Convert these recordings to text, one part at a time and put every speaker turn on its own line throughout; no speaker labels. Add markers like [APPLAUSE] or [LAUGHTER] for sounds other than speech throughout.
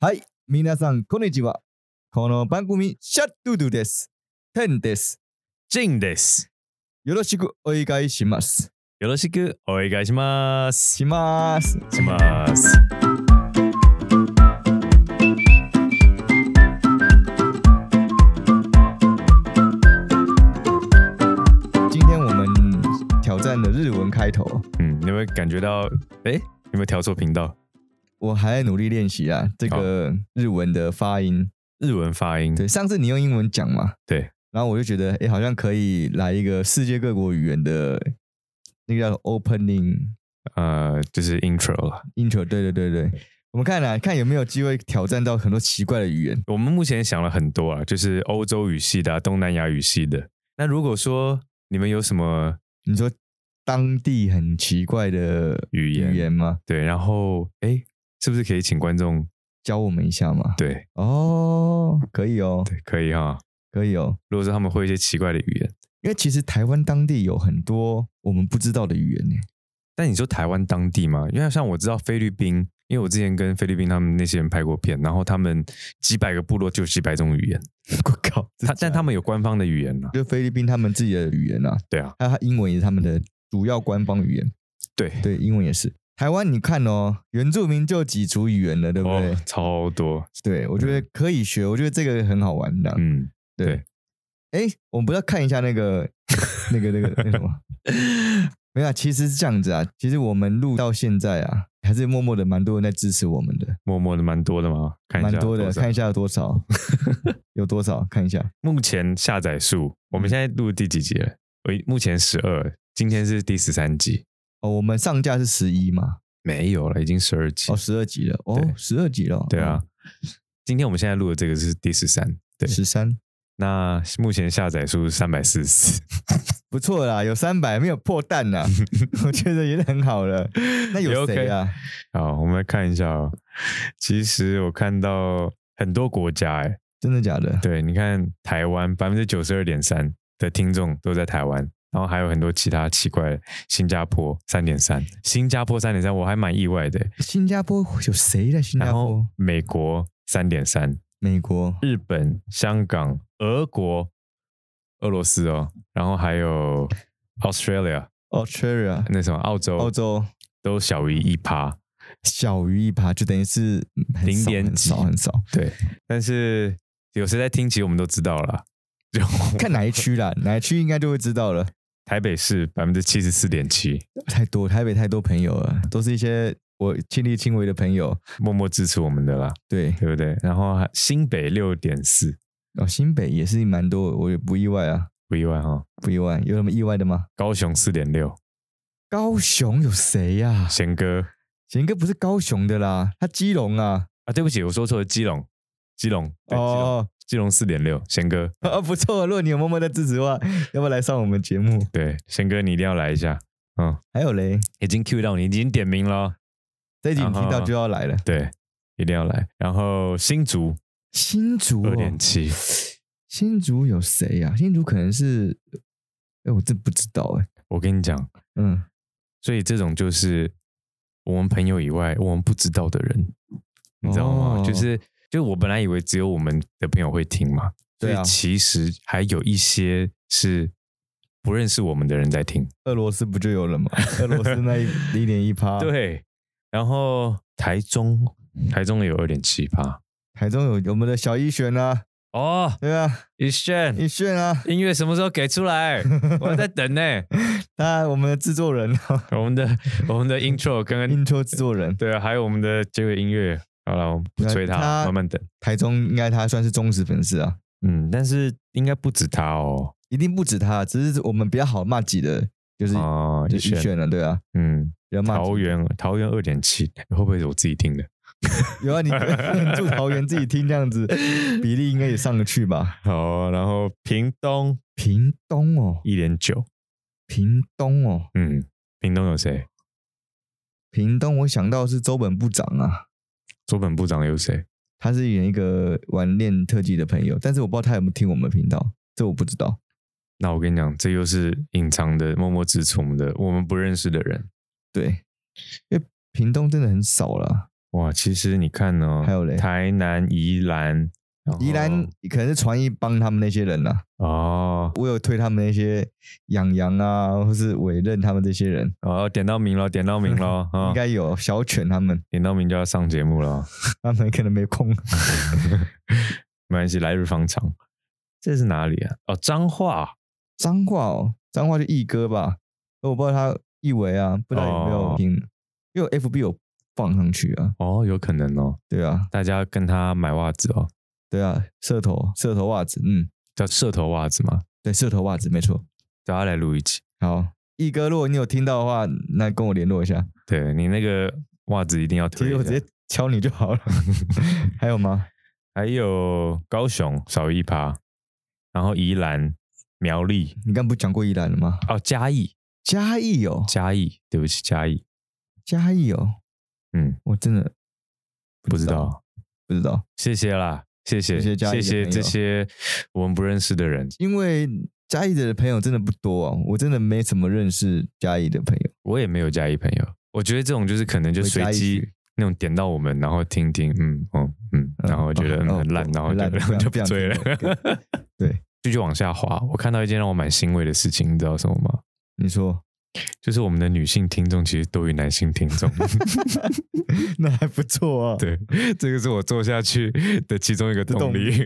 はい、皆さん、こんにちは。この番組、シャッドゥドゥです。テンです。
ジンです。
よろしくお願いします。
よろしくお願いします。
します。
します。
今天我们挑战的日文开头，
嗯，你有没有感觉到？哎，有没有调错频道？
我还在努力练习啊，这个日文的发音。
日文发音。
对，上次你用英文讲嘛，
对，
然后我就觉得，哎，好像可以来一个世界各国语言的，那个叫 opening
呃，就是 intro 了。
intro。对对对对，我们看啊，看有没有机会挑战到很多奇怪的语言。
我们目前想了很多啊，就是欧洲语系的、啊、东南亚语系的。那如果说你们有什么
你说当地很奇怪的
语言，
语言吗？
对，然后哎，是不是可以请观众？
教我们一下嘛。
对
哦，可以哦，
对，可以哈。
可以哦，
如果说他们会一些奇怪的语言，
因为其实台湾当地有很多我们不知道的语言呢。 [LAUGHS]
但你说台湾当地吗？因为像我知道菲律宾，因为我之前跟菲律宾他们那些人拍过片，然后他们几百个部落就有几百种语言，
我靠，
他但他们有官方的语言呢、
[LAUGHS]
啊
就菲律宾他们自己的语言啊，
对啊，
还有他英文也是他们的主要官方语言。
对，
对，英文也是。台湾你看哦，原住民就几族语言了，对不对？
哦，超多，
对，我觉得可以学，我觉得这个很好玩的。
嗯，
对。哎，我们不要看一下那
[LAUGHS]
个那个那个那什么？没有、啊，其实是这样子啊。其实我们录到现在啊，还是默默的蛮多人在支持我们的，
默默的蛮多的嘛，看一下
蛮多的。
多少
看一下有多
[LAUGHS]
少，有多少？看一下，
目前下载数，我
嗯
们现在录第几集了？我目前十二，今天是第十三集，
哦，我们上架是十一嘛，
没有了，已经十二集。
哦，十哦二集了，哦
对，
十二集了，
对啊，今天我们现在录的这个是第十三，对，
十三，
那目前下载数三百四
[LAUGHS]
十四。
不错啦，有三百，没有破蛋 [LAUGHS] 啦，我觉得也很好了。那
也
有
OK
谁啊？
好，我们来看一下哦。其实我看到很多国家，哎，
真的假的？
对，你看台湾百分之九十二点三的听众都在台湾，然后还有很多其他奇怪的，新加坡三点三，新加坡三点三，我还蛮意外的。
新加坡有谁在新加
然后
坡？
美国三点三，
美国
日本、香港、俄国、俄罗斯哦，然后还有 Australia
，Australia，
那什么澳洲，
澳洲
都小于一趴。
小于一趴，就等于是很少
0.几
很少很 [LAUGHS] 少。
对，但是有谁在听，其实我们都知道了。就
看哪一区啦，哪一区应该就会知道了。
台北市百分之七十四点七，
太多台北太多朋友了，都是一些我亲力亲为的朋友。
默默支持我们的啦，
对，
对不对？然后还新北六点四，
哦，新北也是蛮多，我也不意外啊，
不意外哈、
不意外。有什么意外的吗？
高雄四点六，
高雄有谁呀、啊？
贤哥
贤哥不是高雄的啦，他基隆啊。
啊，对不起，我说错了，基隆，基隆，对基隆
哦， [LAUGHS]
基隆四点六，贤哥，
哦，不错，如果你有默默的支持的话，啊要不要来上我们节目？
对，贤哥你一定要来一下，嗯，
还有嘞，
已经 Q 到你，已经点名了哦，
这一集你听到就要来了。
对，一定要来。然后新竹
新竹、哦
二，点七，
新竹有谁呀、啊？新竹可能是，哎，我真不知道哎、
我跟你讲，
嗯，
所以这种就是我们朋友以外我们不知道的人，你知道吗？
哦
就是就我本来以为只有我们的朋友会听嘛，所
对
以
啊
其实还有一些是不认识我们的人在听。
俄罗斯不就有
[LAUGHS]
了吗？俄罗斯那一零点一趴，，
对，然后台中台中也有二点七八
台中有我们的小一璇啊，
哦，
对啊，
一炫
一炫啊，
音乐什么时候给出来？我还在等呢、
[LAUGHS] 他我们的制作人 [LAUGHS] 啊
我们的我们的 intro 跟
，intro 制作人，
对啊，还有我们的结尾音乐，好了，我们不催他
那
了，
他
慢慢等。
台中应该他算是忠实粉丝啊，
嗯，但是应该不止他哦，
一定不止他，只是我们比较好骂几的，就是
哦，
就
一
一
轩，
炫了，对啊，
嗯，
比较骂几
桃园桃园二点七，会不会是我自己听的？ [LAUGHS]
有啊，你住桃园自己听这样子，比例应该也上得去吧？
好，然后屏东
屏东哦，
一点九，
屏东哦，
嗯，屏东有谁？
屏东，我想到是周本部长啊。
左本部长有谁？
他是演一个玩练特技的朋友，但是我不知道他有没有听我们频道，这我不知道。
那我跟你讲，这又是隐藏的默默支持我们的我们不认识的人。
对，因为屏东真的很少啦，
哇，其实你看呢、哦，
还有嘞
台南、宜兰，然后
宜兰可能是传一帮他们那些人啦、
哦，
我有推他们那些养羊啊，或是委任他们这些人，
哦，点到名了，点到名
[LAUGHS]
了，啊
应、该有小犬他们，
点到名就要上节目了，
他们可能没空。
没关系，来日方长。这是哪里啊？哦，彰化，
脏话哦，脏话就一哥吧，我不知道他一维啊，不知道有没
哦
有听，因为 FB 有放上去啊，
哦，有可能哦，
对啊，
大家跟他买袜子哦，
对啊，社头社头袜子，嗯，
叫社头袜子嘛，
对，社头袜子没错。
叫他来录一集。
好，一哥，如果你有听到的话，那跟我联络一下，
对你那个袜子一定要
其
推一
实
下。
我直接敲你就好了。 [LAUGHS] 还有吗？
还有高雄少一趴，然后宜兰、苗栗
你刚不讲过宜兰了吗？
哦，嘉义，
嘉义哦，
嘉义，对不起，嘉义，
嘉义哦，
嗯，
我真的
不知道，
不知道，
谢谢啦，谢谢，
谢谢嘉义的
谢
朋友
这些我们不认识的人，
因为嘉义的朋友真的不多啊，我真的没怎么认识嘉义的朋友。
我也没有嘉义朋友，我觉得这种就是可能就
回
随
嘉义
机
去
那种点到我们，然后听听，嗯，哦，嗯，然后觉得嗯
哦
很烂，然后
很
[LAUGHS] 就
烂不想
就
不
不
想
追了
听了，对，
继续往下滑。我看到一件让我蛮欣慰的事情，你知道什么吗？
你
[LAUGHS]
说 [LAUGHS]
就是我们的女性听众其实多于男性听
[LAUGHS]
众，
那还不错啊。，
对，这个是我做下去的其中一个动力。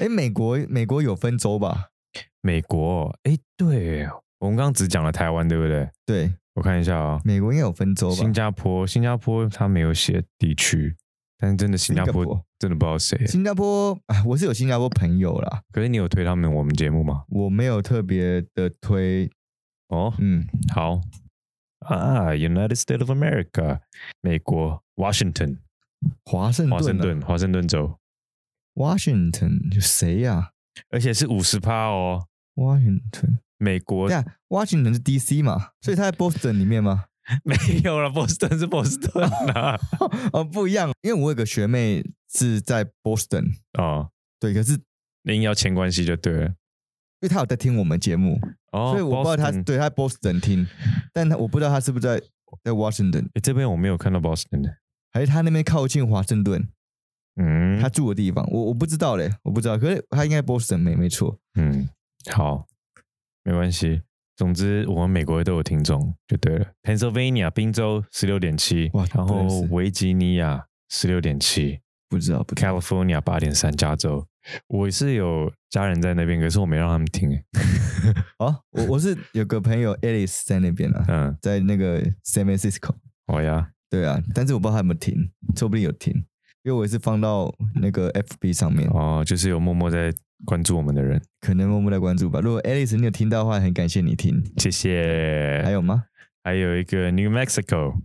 哎，美国美国有分州吧？
[LAUGHS] 美国，哎，对，我们刚刚只讲了台湾，对不对？
对，
我看一下啊、
美国应该有分州吧？
新加坡，新加坡它没有写地区，但是真的新加
新加
坡
坡
真的不知道谁。
新加坡啊，我是有新加坡朋友啦，
可是你有推他们我们节目吗？
我没有特别的推，
哦，
嗯，
好啊，United States of America，美国 Washington，
华盛
华盛
顿啊
顿，华盛顿州，
，Washington 有谁呀
而且是五十趴哦。
？Washington，
美国
对啊，Washington 是 DC 嘛，所以他在 Boston 里面吗？
[LAUGHS]
[LAUGHS]
没有 [LAUGHS] 了，波士顿是波士顿啊。
哦，不一样，因为我有个学妹是在 Boston，
哦，
对，可是因
硬要牵关系就对了。
为她有在听我们节目，
哦，
所以我不知道她
Boston
对她在 Boston 听，但她我不知道她是不是在在 Washington，
诶这边我没有看到 Boston 的。
还是她那边靠近华盛顿
嗯，
她住的地方，我我不知道嘞，我不知道，可是她应该 Boston 没没错，
嗯，好，没关系。总之，我们美国都有听众就对了。Pennsylvania 宾州十六点七
哇，
然
不认
后
识
维吉尼亚十六点七
不知道不知道，
，California 八点三，加州。我是有家人在那边，可是我没让他们听、欸。
哦，我我是有个朋友 Alice 在那边啊，
嗯，
在那个 San Francisco，
好呀，
对啊，但是我不知道她有没有听，说不定有听，因为我也是放到那个 FB 上面，
哦，就是有默默在关注我们的人，
可能默默在关注吧。如果 Alice 你有听到的话，很感谢你听。
谢谢。
还有吗？
还有一个 New Mexico，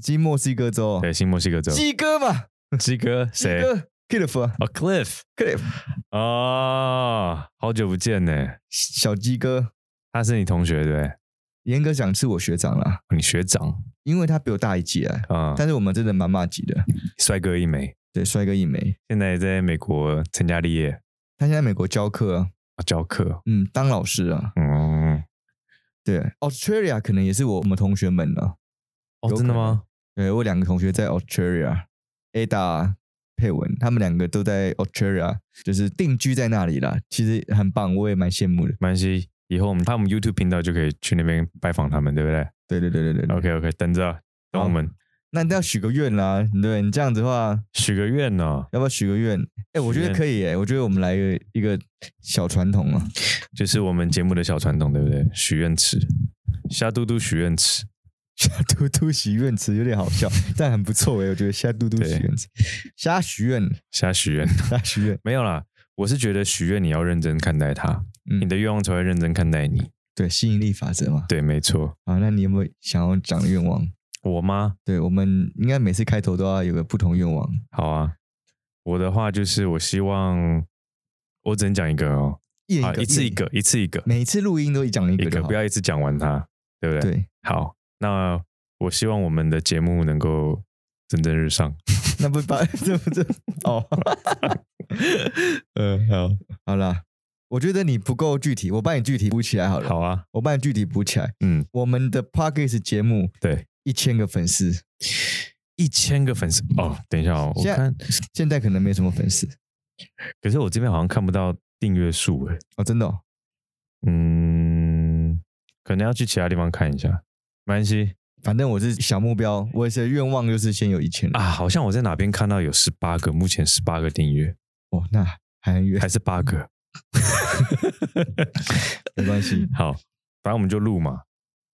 金墨西哥州哦，
对，新墨西哥州， [LAUGHS]
鸡哥嘛，
鸡哥
鸡
谁？
哥 k i l l f
哦，Cliff
c l i f
哦，好久不见呢，
小鸡哥，
他是你同学对不对？
严格讲是我学长啦，
你学长
因为他比我大一届啊，
啊，
但是我们真的蛮骂级的，
帅哥一枚，
对，帅哥一枚。
现在也在美国成家立业，
他现在在美国教课啊，
啊教课，
嗯，当老师啊，
嗯，
对，Australia 可能也是我我们同学们啊，
哦，
有
真的
可能
吗？
对我两个同学在 Australia，Ada、佩文，他们两个都在 Australia，就是定居在那里啦，其实很棒，我也蛮羡慕的。
没关系，以后我们他们 YouTube 频道就可以去那边拜访他们，对不对
对对对对对对
？OK OK，等着，啊等我们
那你要许个愿啦、对不对你这样子的话，
许个愿呢，
要不要许个愿？哎、我觉
许
得
愿
可以哎、我觉得我们来一个一个小传统啊，
就是我们节目的小传统，对不对？许愿池，虾嘟嘟许愿池，
虾嘟嘟许愿池有点好
[LAUGHS]
笑，但很不错哎、我觉得虾嘟嘟
对
许愿池，虾许愿，
虾许愿。
虾许愿，
没有啦，我是觉得许愿你要认真看待它，
嗯
你的愿望才会认真看待你。
对，吸引力法则嘛。
对，没错。
好，那你有没有想要讲的愿望？
我吗？
对我们应该每次开头都要有个不同愿望。
好啊。我的话就是，我希望我只能讲一个哦，
一人
啊，
一个，
一次一个，，一次一个，
每一次录音都讲一
一
个就
个，
好
不要一次讲完它，对不对？
对，
好，那我希望我们的节目能够蒸蒸日上。
那不把 [LAUGHS] 这不这哦，
嗯，
好啦，我觉得你不够具体，我帮你具体补起来好
好，
了。
好啊，
我帮你具体补起来。
嗯，
我们的 Podcast 节目
对，
一千个粉丝，
一千个粉丝哦，等一下哦，我
现在
看，
现在可能没什么粉丝
可是我这边好像看不到订阅数欸诶，
哦，真的、哦。
嗯，可能要去其他地方看一下。没关系
反正我是小目标，我的愿望就是先有一千。
啊，好像我在哪边看到有十八个，目前十八个订阅，
哦，那还很远
[LAUGHS] 还，是八个。
没关系，
好，反正我们就录嘛，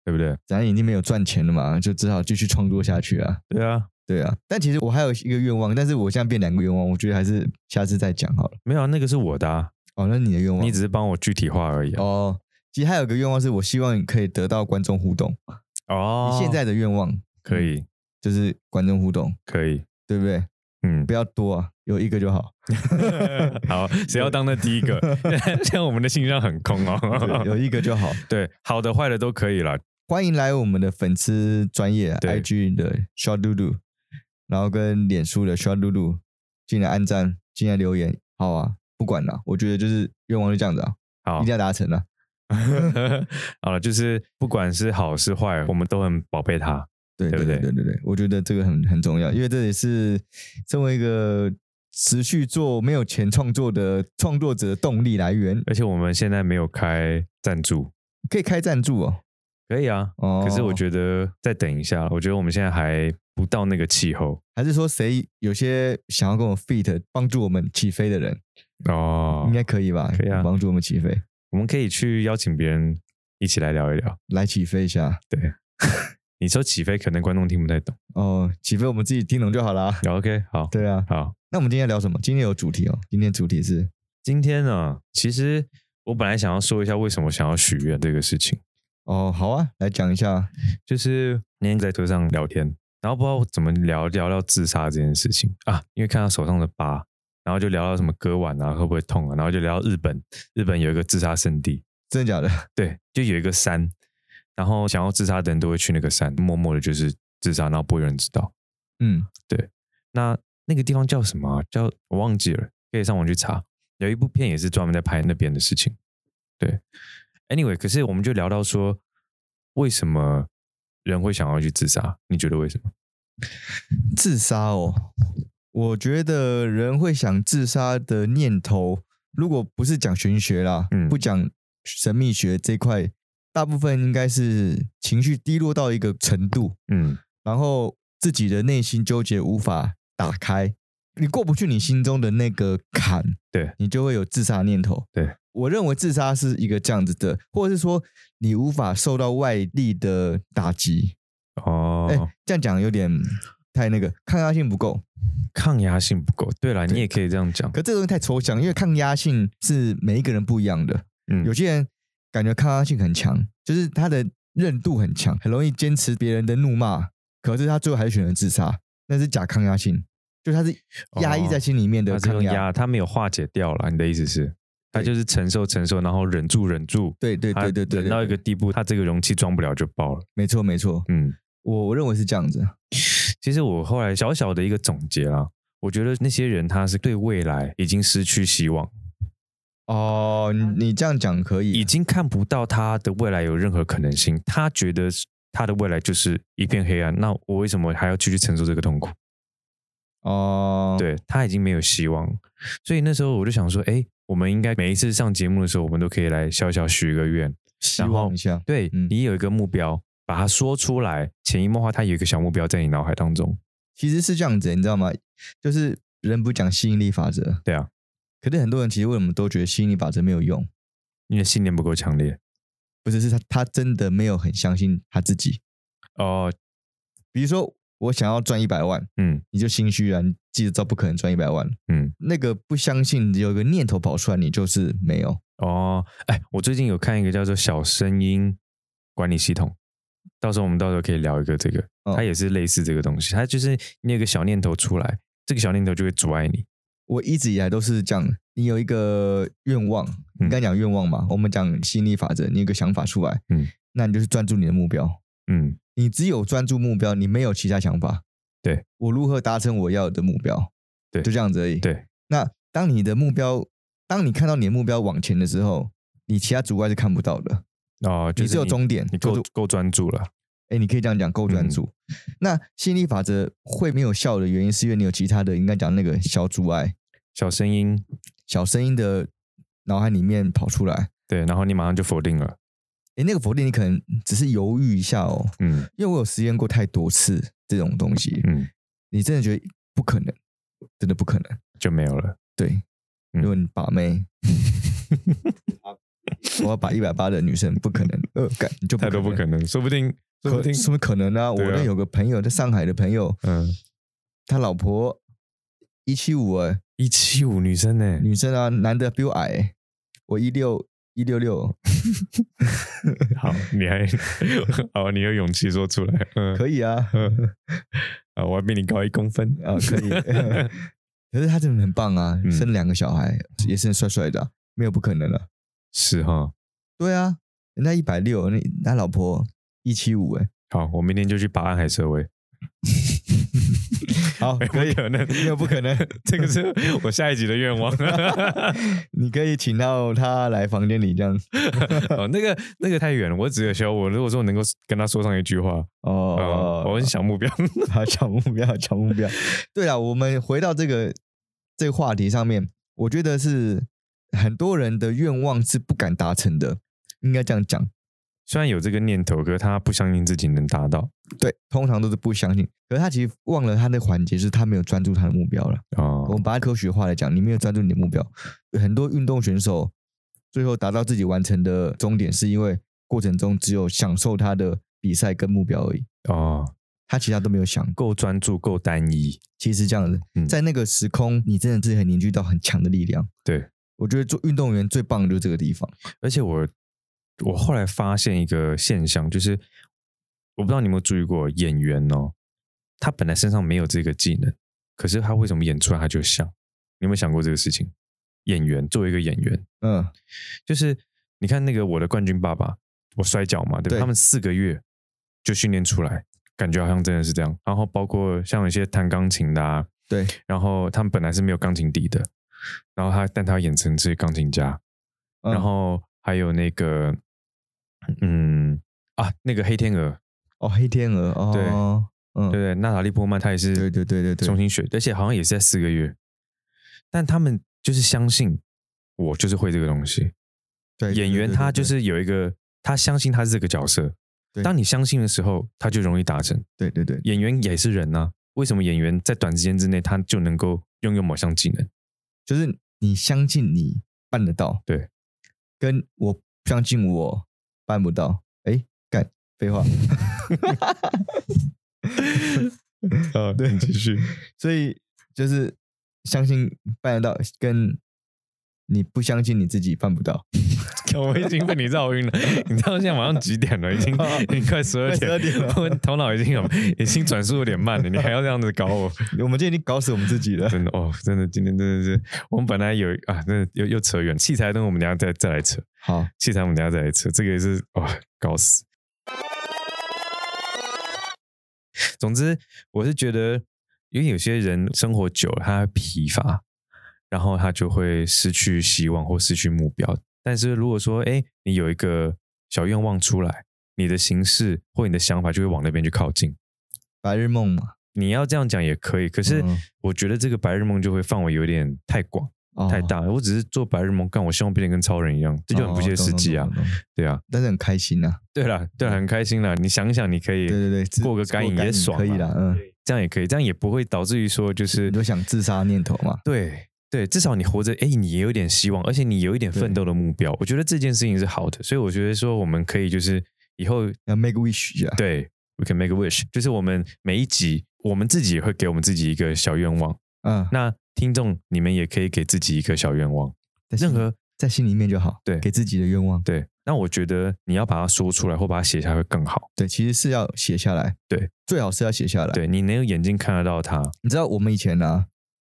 对不对？
咱已经没有赚钱了嘛，就只好继续创作下去啊。
对啊，
对啊，但其实我还有一个愿望，但是我现在变两个愿望，我觉得还是下次再讲好了。
没有啊，那个是我的、啊，
哦，那你的愿望？
你只是帮我具体化而已、啊。
哦，其实还有个愿望是我希望可以得到观众互动。
哦
你现在的愿望
可以，
就是观众互动，
可以，
对不对？ [LAUGHS]
嗯
不，要多啊，有一个就好。
好，谁要当那第一个？ [LAUGHS] 这样我们的信箱很空
对
哦。
有一个就好。
[LAUGHS] 对，好的坏的都可以了。
欢迎来我们的粉丝专业
对
IG 的 Short Lulu，然后跟脸书的 Short Lulu 进来按赞，进来留言，好啊，不管了，我觉得就是愿望就这样子啊，
好
一定，要达成啊。
[LAUGHS] 好了，就是不管是好是坏，我们都很宝贝它。
对
对不
对对
对
对对对，我觉得这个很很重要，因为这也是身为一个持续做没有钱创作的创作者的动力来源。
而且我们现在没有开赞助，
可以开赞助哦，
可以啊。
哦，
可是我觉得再等一下，我觉得我们现在还不到那个气候
还是说谁有些想要跟我 fit 帮助我们起飞的人，
哦
应。该可以吧？
可以啊
帮助我们起飞，
我们可以去邀请别人一起来聊一聊。
来起飞一下
你说起飞，可能观众听不太懂。
哦，起飞我们自己听懂就好啦。
好 OK，好，
[LAUGHS] 对啊，
好。
那我们今天聊什么？今天有主题哦，今天主题是
今天呢，其实我本来想要说一下为什么想要许愿这个事情，
哦，好啊，来讲一下
就是那天在车上聊天，然后不知道怎么聊聊到自杀这件事情啊，因为看他手上的疤，然后就聊到什么割腕啊会不会痛啊，然后就聊到日本，日本有一个自杀圣地，
真的假的？
对，就有一个山，然后想要自杀的人都会去那个山，默默的就是自杀，然后不会有人知道。
嗯，
那那个地方叫什么啊、叫我忘记了，可以上网去查。有一部片也是专门在拍那边的事情。对，anyway，可是我们就聊到说，为什么人会想要去自杀？你觉得为什么？
自杀哦，我觉得人会想自杀的念头，如果不是讲玄学啦，
嗯
不讲神秘学这块，大部分应该是情绪低落到一个程度，
嗯，
然后自己的内心纠结无法打开，你过不去你心中的那个坎，
对
你就会有自杀念头。
对
我认为自杀是一个这样子的，或者是说你无法受到外力的打击。
哦，
哎、这样讲有点太那个抗压性不够，
抗压性不够。对了，你也可以这样讲。
可这个东西太抽象，因为抗压性是每一个人不一样的，
嗯
有些人感觉抗压性很强，就是他的韧度很强，很容易坚持别人的怒骂，可是他最后还是选择自杀，那是假抗压性，就他是压抑在心里面的
哦他是
抗
用
压。
压，他没有化解掉了。你的意思是，他
对
就是承受承受，然后忍住忍住，
对对
他
对对对，
忍到一个
对对
地步，他这个容器装不了就爆了。
没错没错，
嗯，
我我认为是这样子。
哦其实我后来小小的一个总结啦，我觉得那些人他是对未来已经失去希望，
哦，你你这样讲可以啊
已，经看不到他的未来有任何可能性，他觉得他的未来就是一片黑暗。那我为什么还要继续承受这个痛苦？
哦，，
对他已经没有希望了，所以那时候我就想说，哎，我们应该每一次上节目的时候，我们都可以来小小许一个愿，
希
然后
望一下，
对、
嗯
你有一个目标，把它说出来，潜移默化，它有一个小目标在你脑海当中。
其实是这样子，你知道吗？就是人不讲吸引力法则，
对啊，
可是很多人其实为什么都觉得吸引力法则没有用？
你的信念不够强烈
不是，是他他真的没有很相信他自己。
哦，
比如说，我想要赚一百万，
嗯
你就心虚啊，你记得知道不可能赚一百万，
嗯，
那个不相信有一个念头跑出来，你就是没有。
哦，哎，我最近有看一个叫做“小声音管理系统”，到时候我们到时候可以聊一个这个，
哦
它也是类似这个东西，它就是你有个小念头出来，这个小念头就会阻碍你。
我一直以来都是这样，你有一个愿望，你刚讲愿望嘛，我们讲吸引力法则，你有一个想法出来，
嗯，
那你就是专注你的目标，
嗯，
你只有专注目标，你没有其他想法。
对
我如何达成我要的目标？
对
就这样子而已。
对，
那当你的目标，当你看到你的目标往前的时候，你其他阻碍是看不到的，
哦，就
你只
是
有终点，
你
就
够
是
够专注了，
哎，你可以这样讲够
嗯
专注。那吸引力法则会没有效的原因，是因为你有其他的，应该讲那个小阻碍、
小声音，
小声音的脑海里面跑出来。
对，然后你马上就否定了，
哎，那个否定你可能只是犹豫一下哦，
嗯
因为我有实验过太多次这种东西，
嗯，
你真的觉得不可能，真的不可能。
就没有了，
对，
嗯
如果你把妹，我要把一百八的女生不可能，呃，干你就
太多不
能
可能，说不定，说不定
可，怎么可能呢、我
对啊
那有个朋友在上海的朋友，
嗯，
他老婆一七五哎，
一七五女生呢，
女生啊，男的比我矮、欸，我一六一六六， [LAUGHS]
好，你还 [LAUGHS] 好，你有勇气说出来，嗯，
可以啊，
嗯，啊，我还比你高一公分，
啊可以， [LAUGHS] 可是他真的很棒啊，
嗯
生两个小孩也是很帅帅的啊、没有不可能了、
[LAUGHS] 是哈，
对啊，人家一百六，那他老婆一七五哎，
好，我明天就去拔安海瑟薇，
好
[LAUGHS] 没有
可以
哦不，可能，
没有不可能，
这个是我下一集的愿望。
[LAUGHS] 你可以请到他来房间里这样
[LAUGHS] 哦，那个那个太远了，我只有想我如果说我能够跟他说上一句话，哦，我
哦
很，想目标， [LAUGHS]
[LAUGHS] 好小啊目标，小目标。对啊，我们回到这个这个话题上面，我觉得是很多人的愿望是不敢达成的，应该这样讲。
虽然有这个念头，可是他不相信自己能达到
对，通常都是不相信，可是他其实忘了他的环节是他没有专注他的目标了。我
哦，
们把它科学化来讲，你没有专注你的目标，很多运动选手最后达到自己完成的终点，是因为过程中只有享受他的比赛跟目标而已，
哦，
他其他都没有想过。
够专注，够单一，
其实这样子
嗯，
在那个时空，你真的是很凝聚到很强的力量。
对，
我觉得做运动员最棒的就是这个地方。
而且我我后来发现一个现象，就是我不知道你有没有注意过演员哦，他本来身上没有这个技能，可是他为什么演出来他就像？你有没有想过这个事情？演员作为一个演员，
嗯，
就是你看那个我的冠军爸爸，我摔跤嘛，对吧？
对
他们四个月就训练出来，感觉好像真的是这样。然后包括像有些弹钢琴的、啊，
对，
然后他们本来是没有钢琴底的，然后他但他演成是钢琴家，
嗯
然后还有那个，嗯啊，那个黑天鹅，
哦，黑天鹅哦，对，
对不
嗯，
对？娜塔莉波曼她也是
对对对对
重
对，
新学，而且好像也是在四个月，但他们就是相信我就是会这个东西，
对
演员他就是有一个，他相信他是这个角色。
对
当你相信的时候，他就容易达成。
对对对，对
演员也是人呐、为什么演员在短时间之内他就能够拥有某项技能？
就是你相信你办得到，
对，
跟我不相信我办不到，哎，干废话，哦
啊，对，继续。
所以就是相信办得到，跟你不相信你自己办不到，
[LAUGHS] 我已经被你
[LAUGHS]
绕晕了。你知道现在晚上几点了？已经已经快十二点，
快12点了
我头脑已经有已经转速有点慢了。你还要这样子搞我，
[LAUGHS] 我们今天已经搞死我们自己了。
真的哦，真的，今天真的是我们本来有啊，真的又又扯远器材，等我们等一下再再来扯。
好，
器材我们等一下再来吃，这个也是哇、搞死。总之，我是觉得，因为有些人生活久了，他会疲乏，然后他就会失去希望或失去目标。但是如果说，哎，你有一个小愿望出来，你的形式或你的想法就会往那边去靠近。
白日梦嘛，
你要这样讲也可以，可是
嗯
我觉得这个白日梦就会范围有点太广、
哦
太，大。我只是做白日梦，干我希望变得跟超人一样，这就很不切实际啊
哦，懂懂懂懂懂
对啊。
但是很开心呐。
对啦，对啊啦，很开心啦。你想想，你可以
对对对，自
过个干瘾也爽
可以
啦
啦，嗯，
这样也可以，这样也不会导致于说就是
你就想自杀念头嘛，
对对，至少你活着，哎，你也有点希望，而且你有一点奋斗的目标。我觉得这件事情是好的，所以我觉得说我们可以就是以后
要 make wish 啊，
对，we can make a wish，就是我们每一集我们自己也会给我们自己一个小愿望。
嗯，
那听众你们也可以给自己一个小愿望，
在心
任何
在心里面就好，
对
给自己的愿望，
对。那我觉得你要把它说出来或把它写下来会更好。
对，其实是要写下来，
对，
最好是要写下来。
对你能有眼睛看得到它，
你知道我们以前呢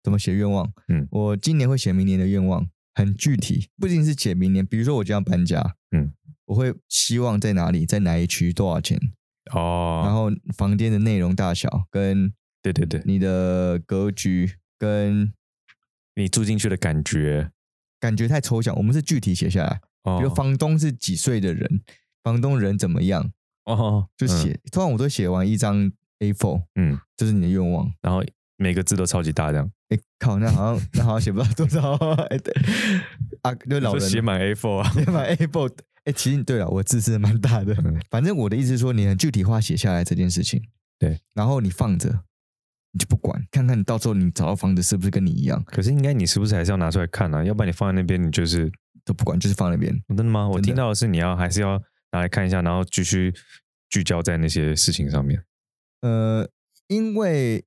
怎么写愿望？
嗯
我今年会写明年的愿望，很具体，不仅是写明年，比如说我就要搬家，
嗯，
我会希望在哪里，在哪一区多少钱，然
哦，
后房间的内容大小跟
对对对，
你的格局跟
你住进去的感觉，
感觉太抽象，我们是具体写下来。
哦
比如房东是几岁的人，房东人怎么样，
哦，
就
嗯
写，通常我都写完一张 A4，
嗯，
就是你的愿望。
然后每个字都超级大，这样
哎、靠，那好像那好像写不到多少， [LAUGHS] 哎、对啊，就老
就
人
写满 A4 啊。
写满 A4，哎、其实对了，我字是蛮大的，
嗯
反正我的意思是说，你很具体化写下来这件事情，
对，
然后你放着，你就不管，看看你到时候你找到房子是不是跟你一样，
[LAUGHS] 可是应该你时不时还是要拿出来看啊，要不然你放在那边，你就是哦
都不管，就是放那边。
真的吗？我
真的
听到的是你要还是要拿来看一下，然后继续聚焦在那些事情上面。
呃，因为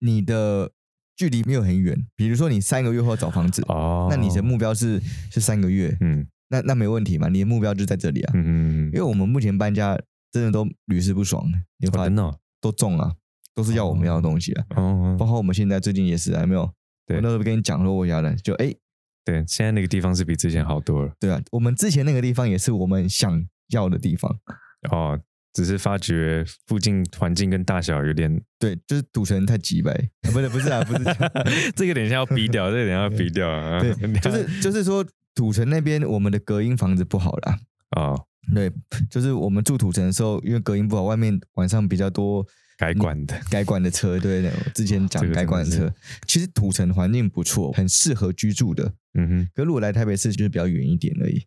你的距离没有很远，比如说你三个月后要找房子，
哦，
那你的目标是是三个月，
嗯
那那没问题嘛，你的目标就在这里啊。
嗯嗯
因为我们目前搬家真的都屡试不爽，你会
哦
发
真
现
的哦
都中啊，都是要我们要的东西啊。
哦
包
哦，
括我们现在最近也是啊，有没有？
对
我那时候跟你讲说我要的，就哎、
对，现在那个地方是比之前好多了
对啊，我们之前那个地方也是我们想要的地方，
哦，只是发觉附近环境跟大小有点，
对，就是赌城太挤呗，啊不是不是啊，不是这样，
[LAUGHS] 这个等一下要逼掉，这个等一下要逼掉 [LAUGHS] 啊，
对，就是就是说土城那边我们的隔音房子不好啦。
哦，
对，就是我们住土城的时候，因为隔音不好，外面晚上比较多
改管的，
改管的车，对对，我之前
这
讲
个真的
改管的车
是，
其实土城环境不错，很适合居住的。
嗯哼，
可如果来台北市，就是比较远一点而已，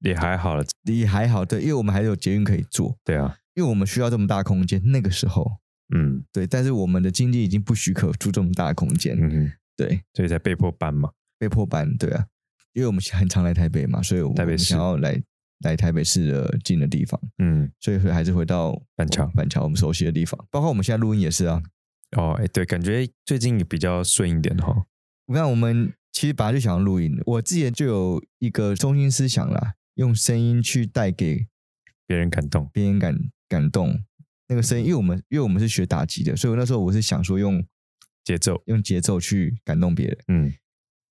也还好了，
也还好。对，因为我们还有捷运可以坐，
对啊，
因为我们需要这么大空间。那个时候，
嗯
对，但是我们的经济已经不许可住这么大空间，
嗯哼，
对，
所以才被迫搬嘛，
被迫搬，对啊，因为我们很常来台北嘛，所以我
台北
们
市
想要来来台北市的近的地方，
嗯，
所以还是回到
板桥
板桥我们熟悉的地方，包括我们现在录音也是啊。
哦，哎，对，感觉最近比较顺一点哈。
我看我们其实本来就想要录音的，我之前就有一个中心思想啦，用声音去带给
别人感动，
别人感感动。那个声
嗯
音，因为我们因为我们是学打击的，所以我那时候我是想说用
节奏，
用节奏去感动别人。
嗯，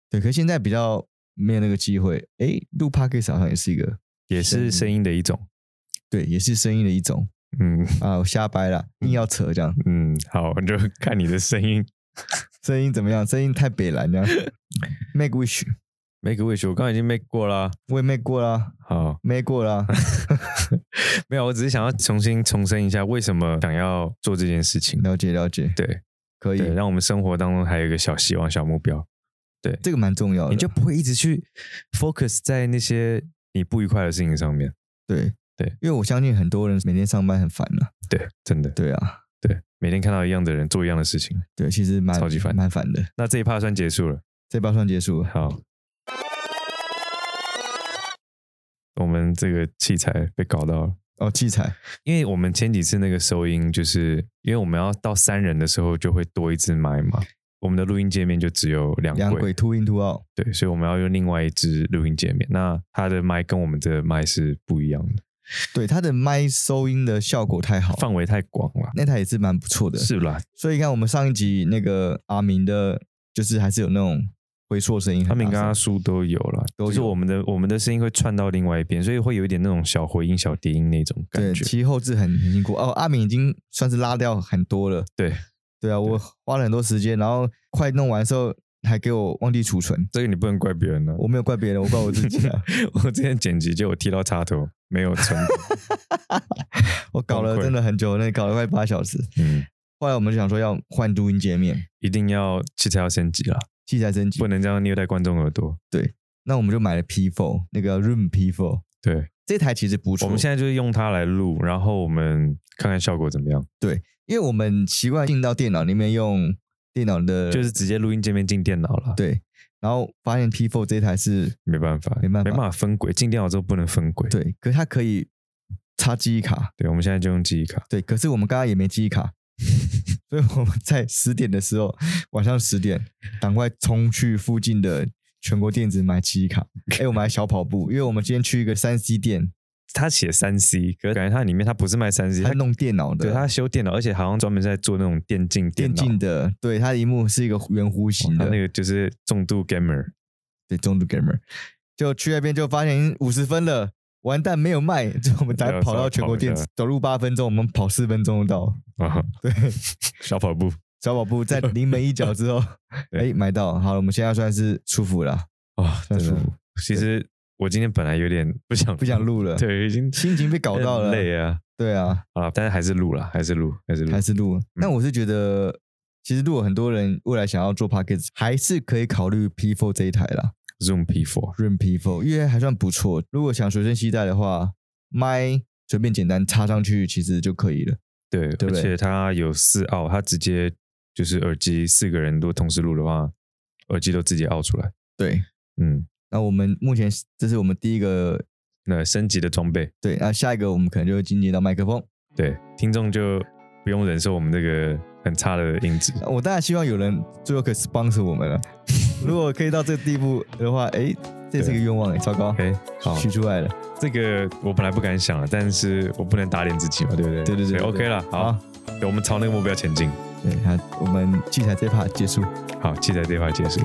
对，可是现在比较没有那个机会。诶，录 podcast 好像也是一个，
也是声音的一种，
对，也是声音的一种
嗯
啊。我瞎掰了，硬要扯这样，
嗯，好， [LAUGHS] 我就看你的声音。
[LAUGHS] 声音怎么样？声音太北蓝这
[LAUGHS]
样。make wish，
make a wish，我刚刚已经 make 过啦。
我也 make 过啦
好，
，make 过
[LAUGHS]
啦。
没有，我只是想要重新重申一下，为什么想要做这件事情。
了解了解，
对
可以，
对，让我们生活当中还有一个小希望、小目标，
这个蛮重要的。
你就不会一直去 focus 在那些你不愉快的事情上面。
对
对，
因为我相信很多人每天上班很烦呐、
对，真的，
对啊，
对，每天看到一样的人做一样的事情。
对，其实蛮
超级烦
蛮烦的。
那这一趴算结束了。
这包算结束了，
好，我们这个器材被搞到了，
哦，器材
因为我们前几次那个收音，就是因为我们要到三人的时候就会多一只麦嘛，我们的录音界面就只有两
两
轨，
轨 two in two out，
对，所以我们要用另外一只录音界面。那它的麦跟我们的麦是不一样的，
对，它的麦收音的效果太好，
范围太广了，
那台也是蛮不错的。
是啦。
所以你看我们上一集那个阿明的，就是还是有那种回溯声音很
他
大
们
声，
跟阿啊叔都有啦，
都有
就是我们的我们的声音会串到另外一边，所以会有一点那种小回音、小低音那种感
对，
觉。
其实后置很很辛苦哦。阿明已经算是拉掉很多了，
对，
对啊，我花了很多时间，然后快弄完的时候还给我忘记储存，
这个你不能怪别人呢、
我没有怪别人，我怪我自己啊，
我之前剪辑就我踢到插头，没有存。
我搞了
崩溃
真的很久，那搞了快八小时。
嗯，
后来我们就想说要换录音界面，
一定要器材要升级啦，
器材升级
不，能这样虐待观众耳朵。
那我们就买了 P4 那个 Room P4，
对，
这台其实不错。
我们现在就是用它来录，然后我们看看效果怎么样，
因为我们习惯进到电脑里面用电脑的，
就是直接录音界面进电脑了。，
对，然后发现 P4 这台是
没办法，
没办法
没办法分轨，进电脑之后不能分轨。，
对，可是它可以插记忆卡，
对，我们现在就用记忆卡。
对，可是我们刚刚也没记忆卡， [LAUGHS] 所以我们在十点的时候，晚上十点，赶快冲去附近的全国电子买记忆
[LAUGHS]
卡。哎，我们还小跑步，因为我们今天去一个三 C 店，
它写三 C，可是感觉它里面它不是卖三 C，
他
它
弄电脑的，
对它修电脑，而且好像专门在做那种电竞电
啊电
脑。
竞的，对，它的荧幕是一个圆弧形
它
的，
那个就是重度 gamer，
对，中度 gamer，就去那边就发现五十分了，完蛋没有卖， [LAUGHS] 就我们
对
才
啊
跑
稍
到
微
全
跑
国
一
电
下
子，走路八分钟，我们跑四分钟就到，
啊，
嗯对，
[LAUGHS] 小跑步
小跑步在临门一脚之后，
对
哎，买到，好了，我们现在算是舒服了，
啊，
算
真
舒
的
服。，
其实我今天本来有点不想
不想录了，
对，已经
心情被搞到了，
很累啊。
对啊，
好了，但是还是录了，还是录，还是录
还。是录。但我是觉得，其实如果很多人未来想要做 p a c k a g e 还是可以考虑 P4 这一台啦
Zoom P4，
，Room P4，因为还算不错。如果想随身携带的话，麦随便简单插上去其实就可以了。
对，
对不对
而且它有四奥，它直接就是耳机四个人如果同时录的话，耳机都直接奥出来。
对，
嗯，
那我们目前这是我们第一个，
那升级的装备，
对，那下一个我们可能就会进阶到麦克风。
对，听众就不用忍受我们这个很差的音质。
我当然希望有人最后可以 sponsor 我们了。 [LAUGHS] 如果可以到这个地步的话，哎，这是一个愿望哎，糟糕，
OK，好，
许出来了。
这个我本来不敢想了，但是我不能打脸自己嘛，对不对？
对对对
所以
对
，OK
对
了，好，对我们朝那个目标前进。
对，好，我们器材这一趴结束。
好，器材这一块结束。